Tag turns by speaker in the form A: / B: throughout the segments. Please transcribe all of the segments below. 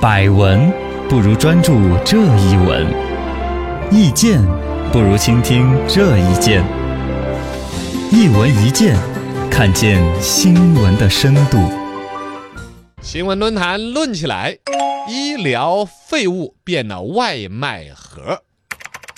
A: 百闻不如专注这一闻，意见不如倾听这一见。一闻一见，看见新闻的深度。
B: 新闻论坛论起来，医疗废物变了外卖盒。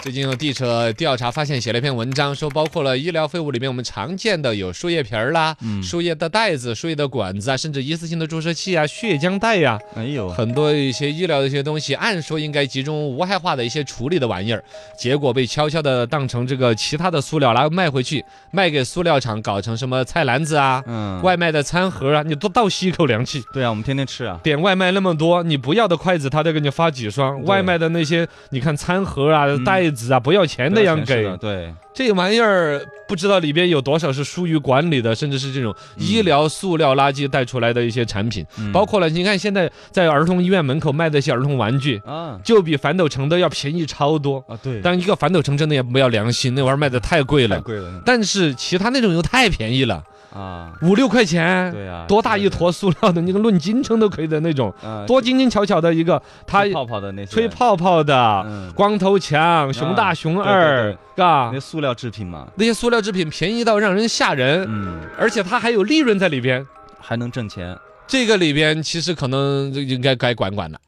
B: 最近有记者调查发现，写了一篇文章，说包括了医疗废物里面我们常见的有树叶皮儿啦、树叶的袋子、树叶的管子啊，甚至一次性的注射器啊、血浆袋呀、
A: 哎呦，
B: 很多一些医疗的一些东西，按说应该集中无害化的一些处理的玩意儿，结果被悄悄的当成这个其他的塑料然后卖回去，卖给塑料厂搞成什么菜篮子啊、
A: 嗯，
B: 外卖的餐盒啊，你都倒吸一口凉气。
A: 对啊，我们天天吃啊，
B: 点外卖那么多，你不要的筷子他都给你发几双，
A: 对
B: 外卖的那些你看餐盒啊、
A: 嗯
B: 袋子啊，不要钱的样给。
A: 对，
B: 这玩意儿不知道里边有多少是疏于管理的，甚至是这种
A: 嗯
B: 医疗塑料垃圾带出来的一些产品，包括了你看现在在儿童医院门口卖的一些儿童玩具，
A: 啊
B: 就比反斗城的要便宜超多。
A: 啊，对，
B: 但一个反斗城真的也没有良心，那玩意儿卖的太贵
A: 太
B: 了。
A: 贵了
B: 但是其他那种又太便宜了，
A: 啊，
B: 五六块钱，
A: 对啊，
B: 多大一
A: 是的，
B: 坨塑料的，你个论斤称都可以的那种，
A: 啊
B: 多精精巧巧的一个，它
A: 吹泡泡的那些
B: 吹，泡泡的，
A: 嗯，
B: 光头强、熊大、熊
A: 对对
B: 二，嘎
A: 那，塑料制品嘛，
B: 那些塑料制品便宜到让人吓人，
A: 嗯，
B: 而且它还有利润在里边。
A: 还能挣钱，
B: 这个里边其实可能就应该该管管了。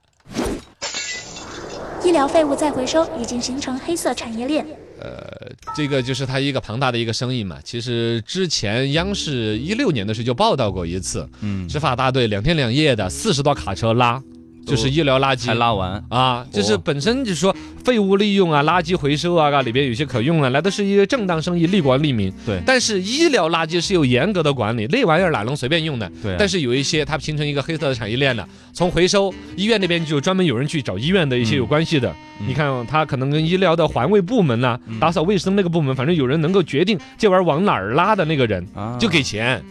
C: 医疗废物再回收已经形成黑色产业链。
B: 这个就是它一个庞大的一个生意嘛。其实之前央视一六年的时候就报道过一次，
A: 嗯，
B: 执法大队两天两夜的四十多卡车拉，就是医疗垃圾
A: 才拉完，
B: 啊，就是
A: 哦
B: 本身就说废物利用啊、垃圾回收啊，啊里边有些可用啊，来的是一个正当生意，利国利民。
A: 对
B: 但是医疗垃圾是有严格的管理，那玩意儿哪能随便用呢？
A: 对啊，
B: 但是有一些它形成一个黑色的产业链了，从回收医院那边就专门有人去找医院的一些有关系的，
A: 嗯
B: 你看他可能跟医疗的环卫部门呐、啊
A: 嗯
B: 打扫卫生那个部门，反正有人能够决定这玩意儿往哪儿拉的那个人，
A: 啊
B: 就给钱。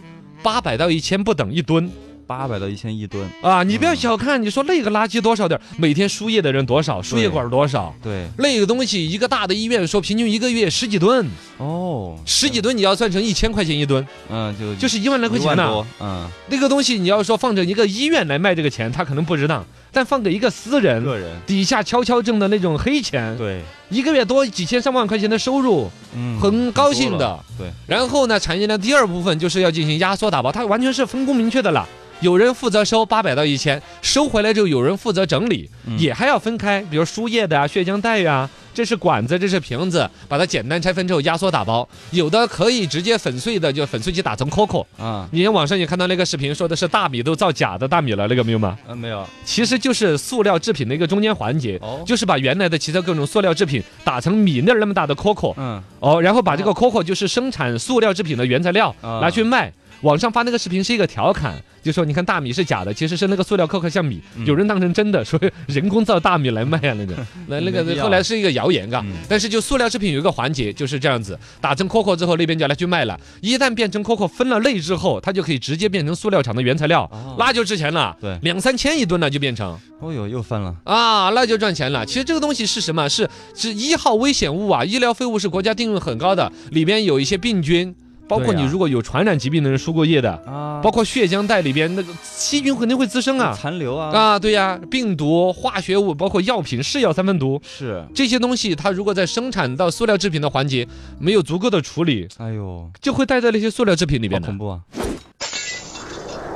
B: 八百到一千不等一吨
A: 八百到一千一吨，
B: 啊！你不
A: 嗯
B: 要小看，你说那个垃圾多少点儿，每天输液的人多少，输液管多少，
A: 对，
B: 那个东西一个大的医院说平均一个月十几吨，
A: 哦，
B: 十几吨你要算成一千块钱一吨，
A: 嗯，就
B: 就是一万来块
A: 一
B: 钱
A: 万
B: 呢、
A: 多，嗯，
B: 那个东西你要说放着一个医院来卖这个钱，他可能不值当，但放给一个私人，
A: 个人，
B: 底下悄悄挣的那种黑钱，
A: 对，
B: 一个月多几千上万块钱的收入，
A: 嗯
B: 很高兴，
A: 多了
B: 的。
A: 对，
B: 然后呢，产业链第二部分就是要进行压缩打包，它完全是分工明确的了。有人负责收八百到一千，收回来之后有人负责整理，
A: 嗯
B: 也还要分开，比如输液的啊、血浆袋呀、这是管子，这是瓶子，把它简单拆分之后压缩打包。有的可以直接粉碎的，就粉碎机打成 COCO，
A: 啊，
B: 你看网上也看到那个视频，说的是大米都造假的大米了，那个没有吗？
A: 嗯，没有，
B: 其实就是塑料制品的一个中间环节。
A: 哦，
B: 就是把原来的其他各种塑料制品打成米粒儿那么大的 COCO
A: 嗯，
B: 哦，然后把这个 COCO 就是生产塑料制品的原材料
A: 啊
B: 拿去卖。网上发那个视频是一个调侃，就说你看大米是假的，其实是那个塑料 COCO 像米，
A: 嗯
B: 有人当成真的，说哎人工造大米来卖啊那 种。那那
A: 没必
B: 个
A: 要
B: 后来是一个谣言，嘎
A: 嗯。
B: 但是就塑料制品有一个环节就是这样子，打成 COCO 之后那边就拿去卖了，一旦变成 COCO 分了类之后，它就可以直接变成塑料厂的原材料
A: 哦，
B: 那就值钱了，
A: 对
B: 两三千一吨了就变成。
A: 哦哟，又翻了，
B: 啊，那就赚钱
A: 嗯
B: 了。其实这个东西是什么？是是一号危险物啊，医疗废物是国家定论很高的，里边有一些病菌，包括
A: 对呀
B: 你如果有传染疾病的人输过液的，
A: 啊
B: 包括血浆袋里边那个细菌肯定会滋生啊。
A: 残留啊，
B: 啊，对呀、病毒、化学物，包括药品、是药三分毒
A: 是，
B: 这些东西，它如果在生产到塑料制品的环节没有足够的处理，
A: 哎呦，
B: 就会带在那些塑料制品里
A: 好
B: 边的
A: 恐。怖啊，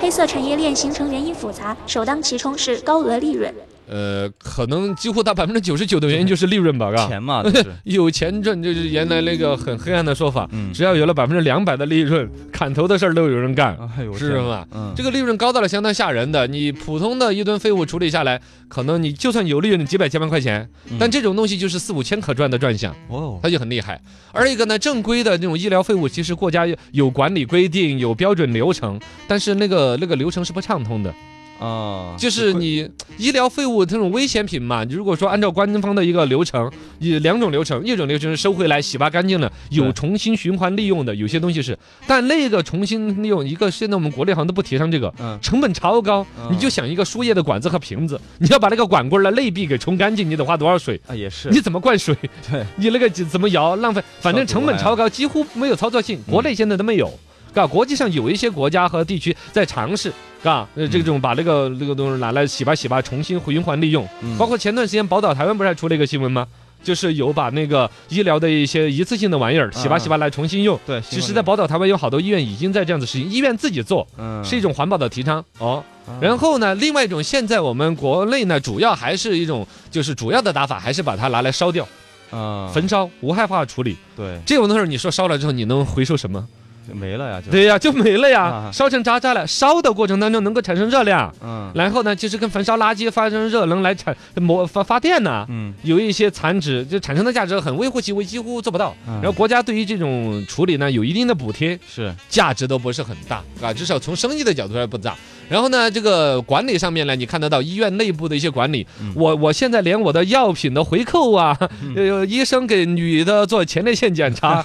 C: 黑色产业链形成原因复杂，首当其冲是高额利润。
B: 呃，可能几乎到百分之九十九的原因就是利润吧，嘎。
A: 钱嘛，就是
B: 有钱赚就是原来那个很黑暗的说法，
A: 嗯
B: 只要有了百分之两百的利润，砍头的事儿都有人干，
A: 哎呦，我
B: 是
A: 天
B: 吗
A: 哪嗯，
B: 这个利润高到了相当吓人的。你普通的一吨废物处理下来，可能你就算有利润几百千万块钱，
A: 嗯
B: 但这种东西就是四五千可赚的赚项，
A: 哦，
B: 它就很厉害。而一个呢，正规的这种医疗废物，其实国家有有管理规定，有标准流程，但是那个那个流程是不畅通的。
A: 啊，
B: 就是
A: 贵
B: 你医疗废物这种危险品嘛，你如果说按照官方的一个流程，有两种流程，一种流程是收回来洗吧干净了，有
A: 对
B: 重新循环利用的，有些东西是，但那个重新利用一个，现在我们国内好像都不提倡这个。
A: 嗯，
B: 成本超高，你就想一个输液的管子和瓶子，你要把那个管棍儿的内壁给冲干净，你得花多少水？
A: 啊也是，
B: 你怎么灌水？
A: 对，
B: 你那个怎怎么摇？浪费，反正
A: 消毒
B: 成本
A: 啊嗯
B: 超高，几乎没有操作性。国内现在都没有，嘎，国际上有一些国家和地区在尝试，嘎，
A: 嗯
B: 呃，这种把那个那个东西拿来洗吧洗吧，重新回循环利用。
D: 嗯
B: 包括前段时间宝岛台湾不是还出了一个新闻吗？就是有把那个医疗的一些一次性的玩意
A: 嗯
B: 儿洗吧洗吧来重新用。
A: 对，
B: 其实，在宝岛台湾有好多医院已经在这样子实行，医院自己做
A: 嗯
B: 是一种环保的提倡哦。
A: 啊
B: 然后呢，另外一种现在我们国内呢，主要还是一种就是主要的打法还是把它拿来烧掉、
A: 啊
B: 焚烧、无害化处理。
A: 对
B: 这种东西你说烧了之后你能回收什么？
A: 就没了呀，就
B: 对呀、就没了呀
A: 啊，
B: 烧成渣渣了。烧的过程当中能够产生热量，
A: 嗯
B: 然后呢，就是跟焚烧垃圾发生热能来产模发发电呢、
A: 嗯
B: 有一些残值就产生的价值很微乎其微，几乎做不到。
A: 嗯
B: 然后国家对于这种处理呢有一定的补贴，
A: 是
B: 价值都不是很大啊，至少从生意的角度来不大。然后呢，这个管理上面呢，你看得到医院内部的一些管理，
A: 嗯
B: 我我现在连我的药品的回扣啊，
A: 嗯
B: 呃，医生给女的做前列腺检 查，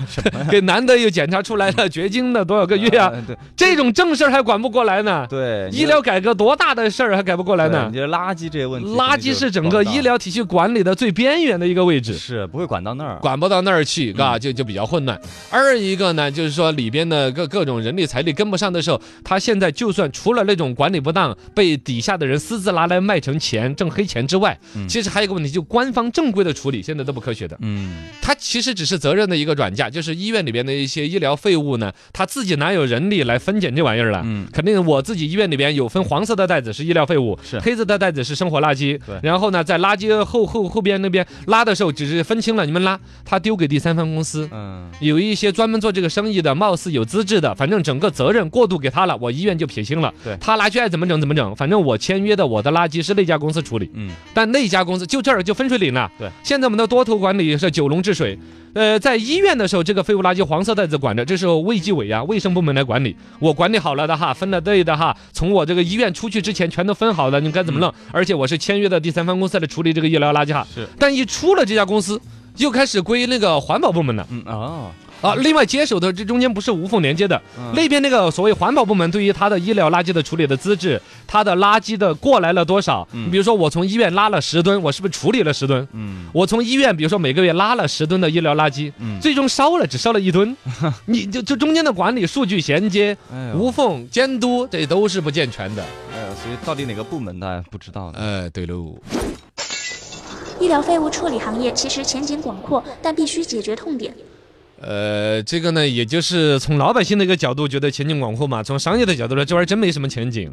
B: 给男的又检查出来了
A: 嗯
B: 绝经了多少个月啊，
A: 嗯对
B: 这种正事儿还管不过来呢？
A: 对，
B: 医疗改革多大的事儿还改不过来
A: 对
B: 呢
A: 你？这垃圾这些问题，
B: 垃圾是整个医疗体系管理的最边缘的一个位置。
A: 是不会管到那儿，
B: 管不到那儿
A: 嗯
B: 去，嘎，就就比较混乱。二一个呢，就是说里边的各各种人力财力跟不上的时候，他现在就算除了那种管理不当被底下的人私自拿来卖成钱挣黑钱之外，
A: 嗯
B: 其实还有一个问题，就官方正规的处理现在都不科学的。
A: 嗯
B: 他其实只是责任的一个转嫁，就是医院里边的一些医疗废物呢，他自己哪有人力来分拣这玩意儿了？
A: 嗯
B: 肯定我自己医院里边有分黄色的袋子是医疗废物，
A: 是
B: 黑色的袋子是生活垃圾。
A: 对
B: 然后呢，在垃圾后后后边那边拉的时候，只是分清了你们拉，他丢给第三方公司。
A: 嗯
B: 有一些专门做这个生意的，貌似有资质的，反正整个责任过渡给他了，我医院就撇清了。
A: 对
B: 他拿去爱怎么整怎么整，反正我签约的我的垃圾是那家公司处理，
A: 嗯
B: 但那家公司就这儿就分水岭了。
A: 对，
B: 现在我们的多头管理是九龙治水，呃，在医院的时候，这个废物垃圾黄色袋子管着，这时候卫计委啊、卫生部门来管理。我管理好了的哈，分了类的哈，从我这个医院出去之前全都分好了，你该怎么弄？而且我是签约的第三方公司来处理这个医疗垃圾哈。
A: 嗯是，
B: 但一出了这家公司。又开始归那个环保部门了
A: 嗯哦，
B: 啊！另外接手的这中间不是无缝连接的，
A: 嗯
B: 那边那个所谓环保部门对于它的医疗垃圾的处理的资质，它的垃圾的过来了多少？
A: 嗯
B: 你比如说我从医院拉了十吨，我是不是处理了十吨？
A: 嗯
B: 我从医院，比如说每个月拉了十吨的医疗垃圾，
A: 嗯，
B: 最终烧了只烧了一 吨，你就就中间的管理、数据衔接、
A: 哎呦
B: 无缝监督，这都是不健全的。
A: 哎呦，所以到底哪个部门的不知道呢？
D: 呃，对喽。
C: 医疗废物处理行业其实前景广阔，但必须解决痛点。
B: 呃，这个呢，也就是从老百姓的一个角度觉得前景广阔嘛，从商业的角度来，这玩意儿真没什么前 景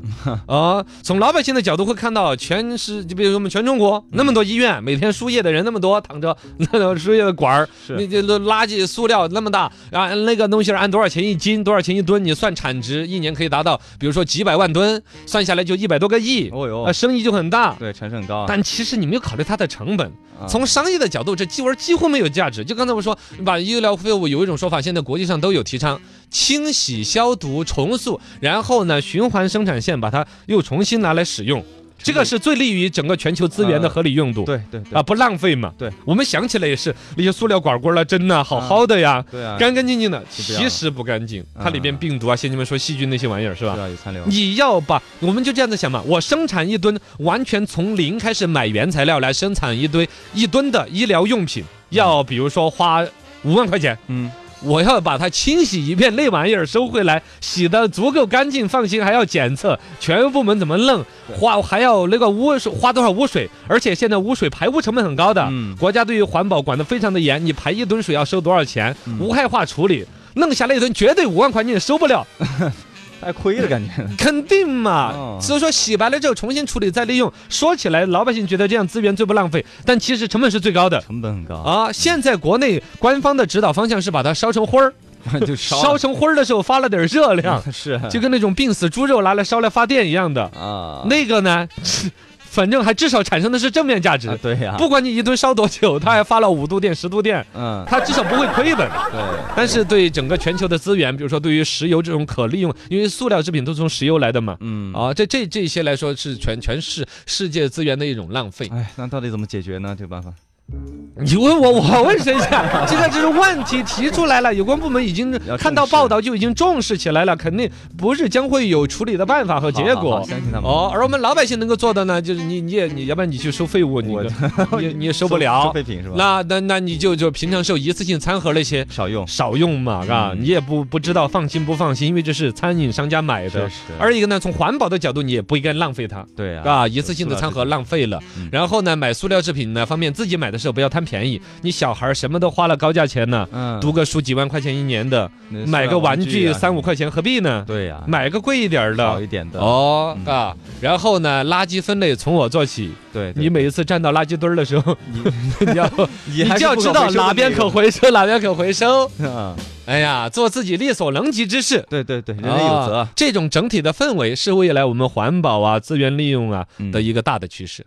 B: 啊、从老百姓的角度会看到全是，就比如说我们全中国那么多医院，每天输液的人那么多，躺着那种输液的管儿，
A: 是
B: 那这垃圾塑料那么大啊，那个东西儿按多少钱一斤，多少钱一吨，你算产值，一年可以达到，比如说几百万吨，算下来就一百多个亿，
A: 哦
B: 啊，
A: 哟，
B: 生意就很大。
A: 对，成本高啊，
B: 但其实你没有考虑它的成本，
A: 啊
B: 从商业的角度，这鸡文几乎没有价值。就刚才我说，把医疗废物有一种说法，现在国际上都有提倡，清洗、消毒、重塑，然后呢循环生产线，把它又重新拿来使用，这个是最利于整个全球资源的合理用度。
A: 对对对
B: 啊，不浪费嘛。
A: 呃对，
B: 我们想起来也是那些塑料管罐了，真的好好的呀，
A: 对啊，
B: 干干净净的。
A: 就不要
B: 其实不干净，它里边
A: 啊
B: 病毒啊，像你们说细菌那些玩意儿是吧？
A: 对啊，有残留，
B: 你要把我们就这样子想嘛，我生产一吨，完全从零开始买原材料来生产一堆一吨的医疗用品，要比如说花五万块钱，
A: 嗯
B: 我要把它清洗一遍，那玩意儿收回来，洗得足够干净，放心，还要检测全部门怎么弄，
A: 对
B: 花还要那个污水花多少污水，而且现在污水排污成本很高的，
A: 嗯
B: 国家对于环保管得非常的严，你排一吨水要收多少钱，
A: 嗯
B: 无害化处理，弄下来一吨绝对五万块钱也收不了。
A: 太亏了感觉，
B: 肯定嘛
A: 哦，
B: 所以说洗白了之后重新处理再利用，说起来老百姓觉得这样资源最不浪费，但其实成本是最高的。
A: 成本很高，
B: 啊，现在国内官方的指导方向是把它烧成灰儿，
A: 就
B: 烧
A: 烧
B: 成灰儿的时候发了点热量，
A: 是
B: 就跟那种病死猪肉拿来烧来发电一样的。
A: 啊，
B: 那个呢， 反正还至少产生的是正面价
A: 啊
B: 值，
A: 对呀，
B: 不管你一吨烧多久，它还发了五度电、十度电，
A: 嗯
B: 它至少不会亏本。
A: 对
B: 但是对整个全球的资源，比如说对于石油这种可利用，因为塑料制品都是从石油来的嘛，
A: 嗯
B: 啊，这这这些来说是全全世世界资源的一种浪费。
A: 哎，那到底怎么解决呢？这个办法，
B: 啊你问我，我问谁去？啊 这个就是问题提出来了，有关部门已经
A: 要重视
B: 看到报道就已经重视起来了，肯定不是将会有处理的办法和结
A: 好好好
B: 果。
A: 相信他们。
B: 哦，而我们老百姓能够做的呢，就是你你也你要不然你去收废物，你
A: 我
B: 你你也收
A: 收
B: 不
A: 收
B: 了，
A: 废品是吧？
B: 那那那你就就平常收一次性餐盒那些
A: 少用，
B: 少用嘛，嘎，你也不不知道放心不放心，因为这是餐饮商家买的。
A: 是
B: 而一个呢，从环保的角度，你也不应该浪费它，
A: 对啊，
B: 啊，一次性的餐盒浪费了
A: 嗯。
B: 然后呢，买塑料制品呢，方面自己买的时候不要贪便宜，你小孩儿什么都花了高价钱呢，
A: 嗯
B: 读个书几万块钱一年的，
A: 那塑料
B: 买个玩具
A: 啊
B: 三五，块钱何必呢？
A: 对呀，
B: 买个贵一点儿
A: 好
B: 的。
A: 一点的，
B: 哦，
A: 嗯
B: 啊，然后呢，垃圾分类从我做起。
A: 对，对
B: 你每一次站到垃圾堆儿的时候，
A: 你
B: 你要
A: 你
B: 你
A: 还是
B: 就要
A: 不
B: 知道
A: 回收的
B: 哪边
A: 那
B: 可
A: 个
B: 回收，哪边可回收。
A: 嗯
B: 哎呀，做自己力所能及之事。
A: 对对对，人人有责
B: 啊。这种整体的氛围是未来我们环保啊、资源利用啊
A: 嗯
B: 的一个大的趋势。